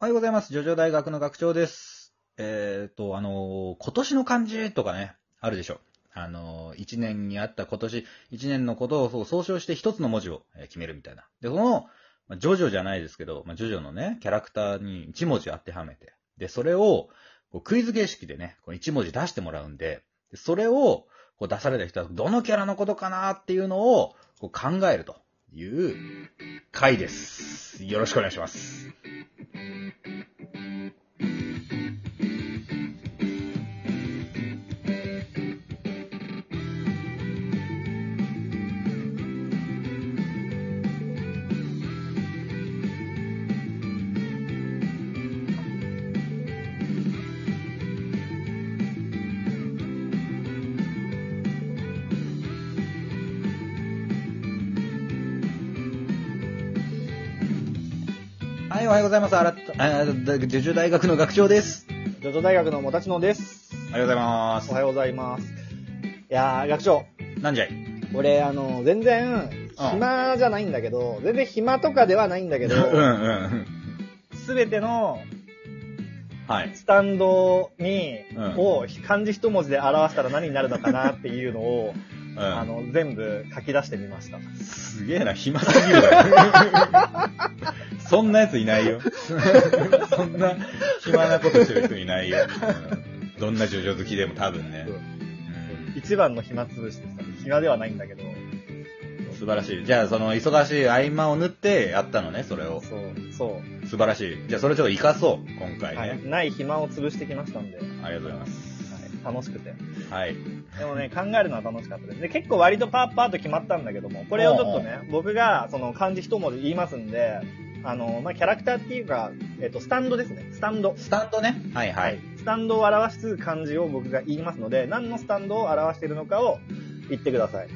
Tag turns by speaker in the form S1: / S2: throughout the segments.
S1: おはようございます。ジョジョ大学の学長です。えっ、と、あのー今年の漢字とかね、あるでしょ。あのー、一年にあった今年、一年のことをそう総称して一つの文字をえー決めるみたいな。で、その、まあジョジョじゃないですけど、まあ、ジョジョのね、キャラクターに一文字当てはめて、で、それを、こうクイズ形式でね、こう一文字出してもらうんで、でそれを、こう出された人は、どのキャラのことかなっていうのを、こう考えるという回です。よろしくお願いします。はい、おはようございます。あら、あ、だジョジョ大学の学長です。
S2: ジョジョ大学のもたちのです。
S1: おはようございます
S2: お。はようございます。いやー、学長、
S1: なんじゃい
S2: 俺、あの、全然、暇じゃないんだけど、全然暇とかではないんだ
S1: う
S2: け
S1: ん
S2: ど
S1: う、んうん。
S2: すべての
S1: はい。
S2: スタンドに、
S1: うん
S2: を漢字一文字で表したら何になるのかなっていうの
S1: う
S2: を、
S1: ん
S2: あの、全部書き出してみました。
S1: すげえな、暇すぎるわよ。そんなやついない よ。そんな暇なことしてる人いないよ。うんどんなジョジョ好きでも多分ね。うん
S2: 一番の暇つぶしです。暇ではないんだけど、
S1: 素晴らしい。じゃあ、その、忙しい合間を縫ってやったのね、それを。
S2: そう、そ
S1: 素晴らしい。じゃあ、それちょっと活かそう、今
S2: う、
S1: 回
S2: はい
S1: ね。
S2: ない暇を潰してきましたんで、は
S1: ありがとうございます。
S2: い、楽しくて。
S1: はい。
S2: でもね、考えるのは楽しかったです。で、結構割とパーパーと決まったんだけども、これをちょっとね、僕がその漢字一文字言いますんで、あの、まあ、キャラクターっていうか、えっと、スタンドですね。スタンド。
S1: スタンドね。はいはい。。
S2: スタンドを表す漢字を僕が言いますので、何のスタンドを表しているのかを言ってください。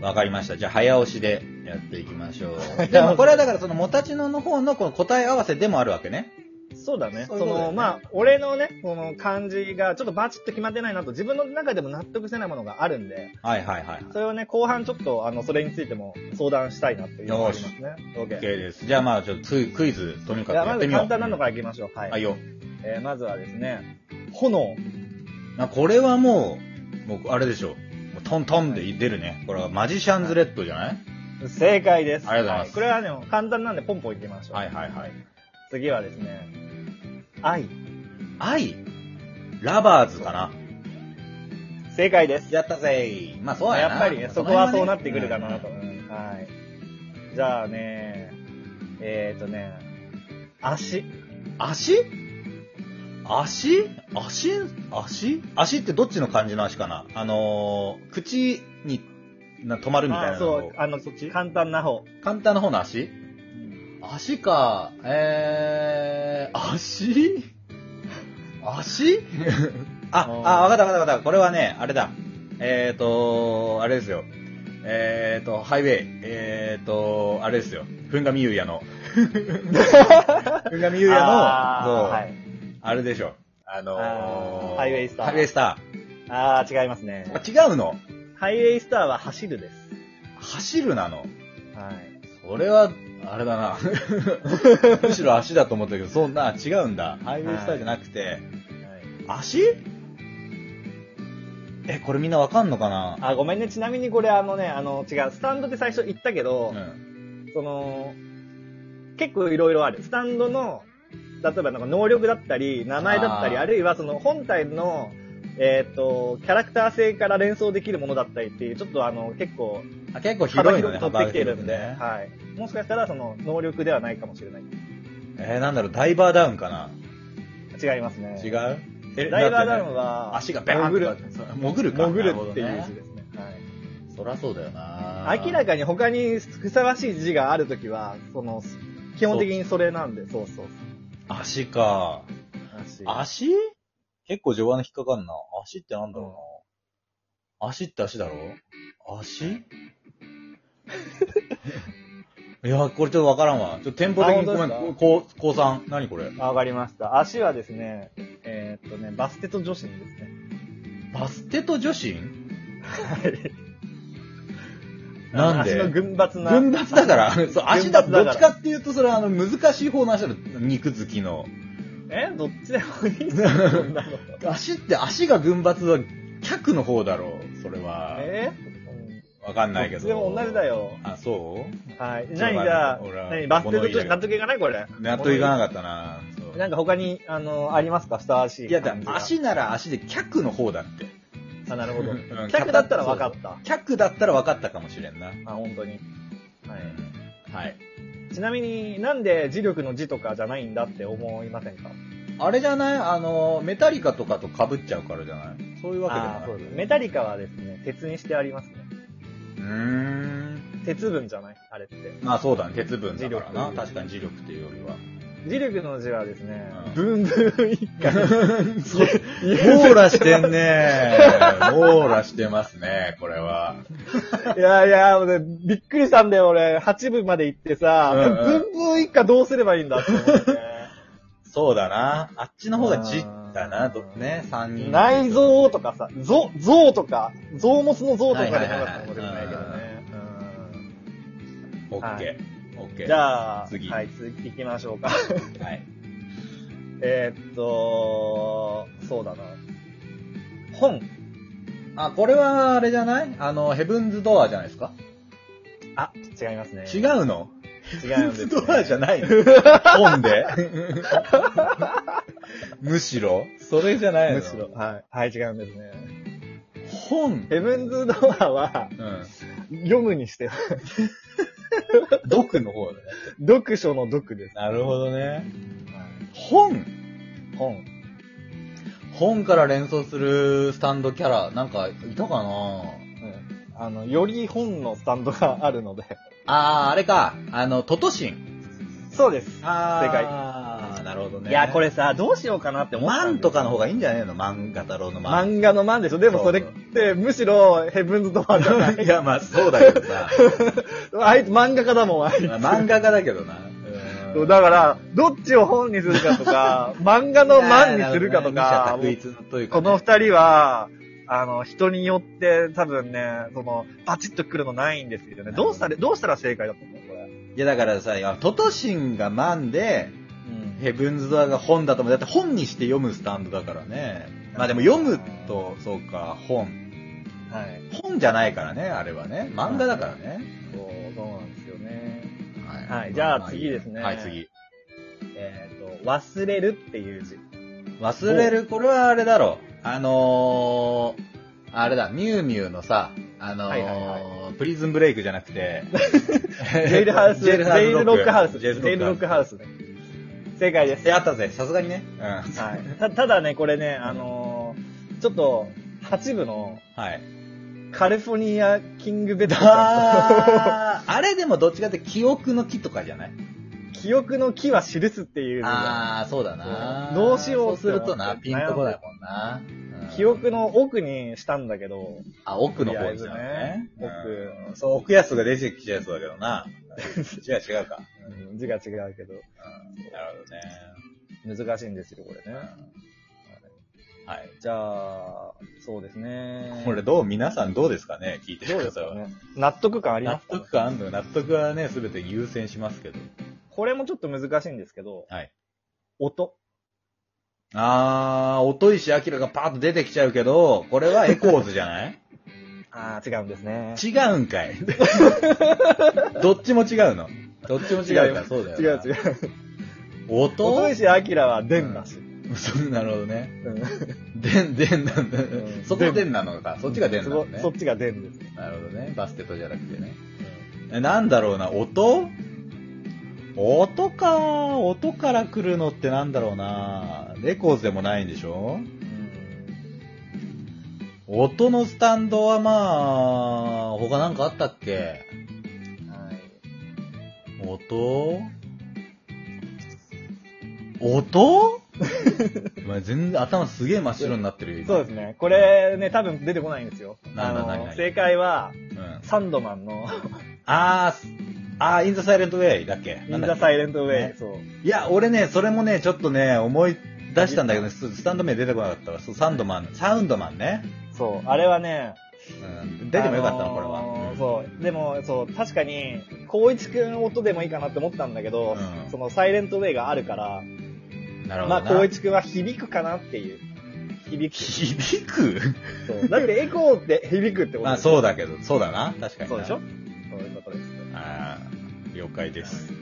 S1: わかりました。じゃあ、早押しでやっていきましょう。
S2: 押し
S1: でも、これはだから、その、もたちのの方のこの答え合わせでもあるわけね。
S2: そうだね。
S1: そ
S2: そう
S1: いうことだよね
S2: の、まあ、俺のね、この漢字がちょっとバチッと決まってないなと、自分の中でも納得せないものがあるんで、
S1: はいはいはい。
S2: それをね、後半ちょっと、あの、それについても相談したいなっていうのがありますね。オッケー
S1: OK です。じゃあ、まあ、ちょっとつクイズ、とにかく
S2: じゃあ
S1: や
S2: ま
S1: って
S2: ず
S1: みよう。
S2: 簡単なのからいきましょう。は
S1: はい
S2: い。
S1: よ。
S2: えーまずはですね、炎。
S1: まあこれはもう、もうあれでしょう。もうトントンで出るね。これはマジシャンズレッドじゃない
S2: 正解です。
S1: ありがとうございます
S2: はこれはね、簡単なんでポンポンいきましょう。
S1: はいはいはい。
S2: 次はですね、愛。
S1: 愛ラバーズかな
S2: 正解です。
S1: やったぜまあそうやな。
S2: やっぱりね、そこはそうなってくるかなと。うんはい。じゃあね、えっ、とね、足。
S1: 足足足足足ってどっちの感じの足かなあのー、口にな止まるみたいな
S2: あ
S1: の
S2: そう、あの、簡単な方。
S1: 簡単な方の足足か、えー、足 足あ、あ、わかったわかったわかった。これはね、あれだ。えーと、あれですよ。えーと、ハイウェイ。えーと、あれですよ。ふんがみゆうや の。ふんがみゆうやの、
S2: あー
S1: そう、
S2: はい。
S1: あれでしょ。あのー
S2: あーハイウェイスター
S1: ハイウェイスタ
S2: あー、違いますね。
S1: ー。あ違うの
S2: ハイウェイスターは走るです。
S1: 走るなの。
S2: はい。
S1: それは、あれだな。 むしろ足だと思ったけど、そんな、違うんだ。ハイウェイスターじゃなくて、
S2: はい
S1: 足え、これみんなわかんのかな
S2: あ、ごめんね。ちなみにこれあのね、あの、違う。スタンドって最初言ったけど、
S1: うん。
S2: その、結構いろいろある。スタンドの、例えばなんか能力だったり、名前だったり、
S1: あー
S2: あるいはその本体の、えっ、と、キャラクター性から連想できるものだったりっていう、ちょっとあの、結構、
S1: あ結構
S2: 幅
S1: 広いの
S2: 広
S1: ね、
S2: く取ってきているんで、
S1: 幅が
S2: はい。もしかしたらその、能力ではないかもしれない。
S1: 広いねえーなんだろう、ダイバーダウンかな
S2: 違いますね。
S1: 違うえ
S2: ダイバー
S1: だ
S2: ダ
S1: って
S2: ウ
S1: ね
S2: ンは、
S1: 足がベーン
S2: 潜る
S1: とか潜るか。
S2: 潜るって
S1: な
S2: い
S1: るほどね
S2: う字ですね。はい。
S1: そりゃそうだよな。
S2: 明らかに他にふさわしい字があるときは、その、基本的にそれなんで、そうそう
S1: 足か。
S2: そう。足
S1: 足結構序盤に引っかかんな。足ってなんだろうな。足って足だろ足 いや、これちょっとわからんわ。ちょっとテンポ的にごめ
S2: あ本当
S1: ん。
S2: ですか
S1: こう、高三。何これ
S2: わかりました。足はですね、えーっとね、バステと女子にですね。
S1: バステと女子
S2: はい。
S1: なん
S2: 足の
S1: で
S2: 群抜な。
S1: 軍閥だ から、そう、足だ、
S2: 軍閥だから
S1: どっちかっていうと、それはあの、難しい方の足だろ、肉付きの。
S2: えどっちでもい いじゃん、そんなの。
S1: 足って、足が軍閥は、客の方だろう、それは。
S2: え
S1: わかんない
S2: ー
S1: け
S2: どっ
S1: ど。
S2: ちでも同じだ。よ。
S1: あ、そう
S2: はい。
S1: じゃあ
S2: 何じゃあ
S1: 俺は、
S2: 何バスケットとして
S1: 物
S2: 納得いかないこれ。
S1: 納得いか
S2: か
S1: なかったな。そう
S2: なんか他に、あの、ありますか下足。
S1: いや、だから足なら足で客の方だって。
S2: あ、なるほど
S1: うん。
S2: 客だったら分かった。
S1: 客だったら分かったかもしれんな。
S2: あ、本当に。はい。
S1: はい。
S2: ちなみになんで磁力の字とかじゃないんだって思いませんか
S1: あれじゃないあの、メタリカとかと被っちゃうからじゃないそういうわけでも
S2: あ
S1: ない。
S2: ーそう
S1: う
S2: です。メタリカはですね、鉄にしてありますね。
S1: ーん。
S2: 鉄分じゃないあれって。
S1: まあそうだね。鉄分だからな。
S2: 磁力
S1: 確かに磁力っていうよ りは。
S2: 磁力の字はですね
S1: うん、
S2: ブンブン一家に。
S1: そう網羅してんね。網羅してますね、これは。
S2: いやいや、俺びっくりしたんだよ、俺。8部まで行ってさ、
S1: うんうん
S2: ブンブン一家どうすればいいんだって思って。
S1: そうだな。あっちの方がじだな、どね、三人。
S2: 内臓とかさ、ゾ、ゾとか、ゾウモスのゾとかでよかったのかもしれ
S1: は
S2: ないい
S1: はい
S2: けど
S1: はいはい
S2: ね。うん
S1: オッ
S2: は
S1: ケー。オッケー。
S2: じゃあ、
S1: 次
S2: はい、次行きましょうか。
S1: はい。
S2: えーっと、そうだな。本。
S1: あ、これはあれじゃないあの、ヘブンズドアじゃないですか
S2: あ、違いますね。
S1: 違
S2: う。
S1: うの
S2: 違
S1: ヘ
S2: う
S1: ブン
S2: んで す、
S1: ズ
S2: ね。
S1: ドアじゃないの本 でむしろそれじゃないの
S2: むしろ。はい。はい、違うんですね。
S1: 本
S2: ヘブンズドアは、
S1: うん。
S2: 読むにしては、
S1: 毒の方だね。
S2: 読書の読です。
S1: なるほどね。
S2: は
S1: 本
S2: い本。
S1: 本から連想するスタンドキャラ、なんか、いたかな
S2: うん。あの、より本のスタンドがあるので。
S1: あー、あれか。あの、トトシン。
S2: そうです。
S1: あー、正解。なるほどね。
S2: いや、これさ、どうしようかなって思ったん
S1: マ
S2: ですよ。
S1: ンとかの方がいいんじゃねえの漫画太郎の漫
S2: 漫画の漫でしょでも
S1: そう
S2: それって、むしろ、ヘブンズドアじゃな い。
S1: 画。いや、まあ、そうだけどさ。
S2: あいつ漫画家だもん、あいつ。
S1: まあ漫画家だけどな。
S2: そうだから、どっちを本にするかと か、漫画の漫にするかとか、
S1: いやいや二者択一というか
S2: こ
S1: ね、
S2: の二人は、あの、人によって多分ね、その、バチッとくるのないんですけどね。どうしたら、どうしたら正解だと思うこれ。
S1: いや、だからさ、いやトトシンがマンで、ヘブンズドアが本だと思う。だって本にして読むスタンドだからね。まあでも読むと、そうか、本。
S2: はい。
S1: 本じゃないからね、あれはね。漫画だからね。
S2: そう、そうなんですよね。
S1: はい
S2: はいじゃあ次ですね
S1: はい、次。
S2: えっ、と、忘れるっていう 字。
S1: 忘れる、これはあれだろう。あのー、あれだ、ミュウミュウのさ、あのー
S2: はいはい
S1: プリズンブレイクじゃなくて、
S2: ジェイルハウス、
S1: ジェイルハウス
S2: ロックハウス。
S1: ジ
S2: ジ
S1: ェ
S2: ェ
S1: イル
S2: イル
S1: ロ
S2: ロ
S1: ック
S2: ック
S1: ハ
S2: ハ
S1: ウ
S2: ウ
S1: ス
S2: スね。正解です。
S1: やったぜ、さすがにね。うん。は
S2: はい。た、ただね、これね、あのーちょっと、8部の、
S1: い。
S2: カリフォルニアキングベッドさん
S1: あ ーあれでもどっちかって記憶の木とかじゃない
S2: と 記憶の木は記すっていう字が
S1: ああ、そうだな。
S2: どうしよ
S1: そう
S2: う
S1: するとな、
S2: って
S1: ピンとこないもんな。うん
S2: 記憶の奥にしたんだけど、
S1: あ、奥の方にしたのね。
S2: とりあえずね
S1: うんそう、奥安が出てきちゃうやつだけど な。違う違うか。
S2: うん字が違うけ
S1: う
S2: ど、
S1: んなるほどね。
S2: 難しいんですよ、これね。
S1: はい。
S2: じゃあ、そうですね。
S1: これどう、皆さんどうですかね聞いて
S2: どう
S1: る
S2: です
S1: 方
S2: か
S1: は。
S2: ね。納得感あり
S1: 納
S2: ますか
S1: 得感あんのよ納得はね、すべてに優先しますけど。
S2: これもちょっと難しいんですけど、
S1: はい。
S2: 音。
S1: あー、音石明がパーッと出てきちゃうけど、これはエコーズじゃない
S2: ああ、違うんですね。
S1: 違うんか い。どっちも違うの。どっちも違うから、そうだよ
S2: 違
S1: な。
S2: う違う。
S1: 音
S2: 音石明は電だし。
S1: そうなるほどね。
S2: うん
S1: でん、でんなんだ
S2: う。ん
S1: そこでんなのか。そっちがでんなのね
S2: そ。そっちが電です。
S1: なるほどね。バスケットじゃなくてね。えなんだろうな、音音か、音から来るのってなんだろうな。レコーズでもないんでしょ音のスタンドはまあ、他なんかあったっけ
S2: はい
S1: 音 音お前全然頭すげえ真っ白になってるよ。今
S2: そうですね。これね、多分出てこないんですよ。
S1: な
S2: あ
S1: んだなんだ
S2: の、正解は、
S1: うん。
S2: サンドマンの、
S1: あーす、あー、インザサイレントウェイだっけ
S2: イ
S1: なん
S2: ン
S1: だ
S2: ザ
S1: っけ
S2: サイレントウェ
S1: ね
S2: イ。そう。
S1: いや、俺ね、それもね、ちょっとね、思い出したんだけどね、ススタンド名出てこなかったわ。そう、サンドマン、サウンドマンね。
S2: そう。あれはね、
S1: うん。出てもよかったの、これ
S2: あの
S1: は。
S2: ーそう。でも、そう、確かに、光一くん音でもいいかなって思ったんだけど、
S1: うん
S2: そのサイレントウェイがあるから、
S1: なるほ
S2: まあ、
S1: どな。
S2: 光一くんは響くかなっていう。響 く。
S1: 響く
S2: そう。だってエコーって響くってこと
S1: まあそう
S2: だ。
S1: だけど、そうだな。確かにな。
S2: そうでしょそういうことです。
S1: ああ、了解です。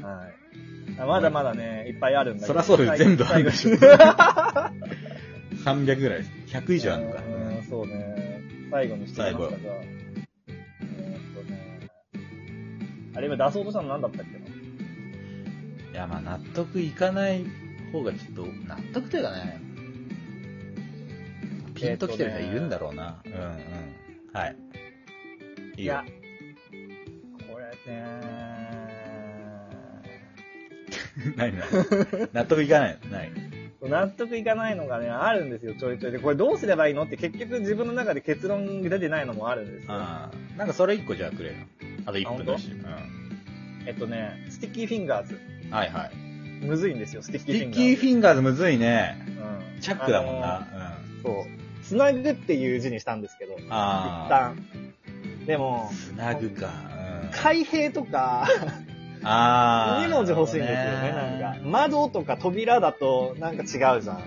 S2: はい。あまだまだね、いっぱいあるんだけど。
S1: そらそうです
S2: 最後
S1: 全部あるでしょ
S2: 最後に
S1: 300ぐらいです。100以上あるのか。
S2: う
S1: うん
S2: んそうね。最後にしてみますか、じゃあ。えーっとね。あれ、今出そうとしたの何だったっけない
S1: や、まあ納得いかない方がちょっと、納得というかね、ピンときてる人いるんだろうな。うんうん。はい。いい
S2: い
S1: よ
S2: や。、これね、
S1: ないない。納得いかない。ない。
S2: 納得いかないのがね、あるんですよ、ちょいちょいで。これどうすればいいのって結局自分の中で結論が出てないのもあるんですよ。
S1: ああ。なんかそれ1個じゃあくれよ。あと1分だし。うん。
S2: えっとね、スティッキーフィンガーズ。
S1: はいはい。
S2: むずいんですよ、スティッ
S1: ス
S2: キ
S1: テ
S2: ーフ
S1: ィ
S2: ィン
S1: ッ
S2: ガ
S1: キ
S2: ー
S1: ー
S2: ズ。
S1: フィンガーズむずいね。
S2: うん
S1: チャックだもんな。
S2: あ
S1: うん。
S2: のそう。つなぐっていう字にしたんですけど、一
S1: ああ。
S2: 旦。でも、
S1: つなぐか。うん
S2: 開閉とか、
S1: ああ。
S2: 2文字欲しいんですよね、なんか。窓とか扉だと、なんか違うじゃん。
S1: か。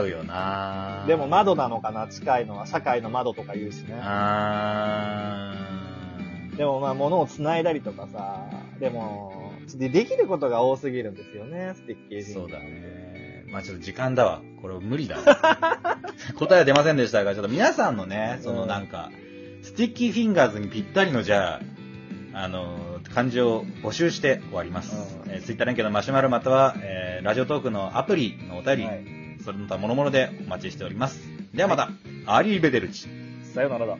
S1: 違うよな。
S2: でも窓なのかな近いのは、堺の窓とか言うしね。
S1: あー
S2: でもまあ物を繋いだりとかさ、でも、でできることが多すぎるんですよね、スティッキー人
S1: そうだね。まあちょっと時間だわ。これ無理だ わ。答えは出ませんでしたが、ちょっと皆さんのね、そのなんか、スティッキーフィンガーズにぴったりの、じゃあ、あの、漢字を募集して終わります。
S2: うん
S1: えツイッター Twitter 連携のマシュマロまたは、えーラジオトークのアプリのお便り、
S2: はい。
S1: それの他諸々でお待ちしております。ではまた、アーリーベデルチ。
S2: さよならだ。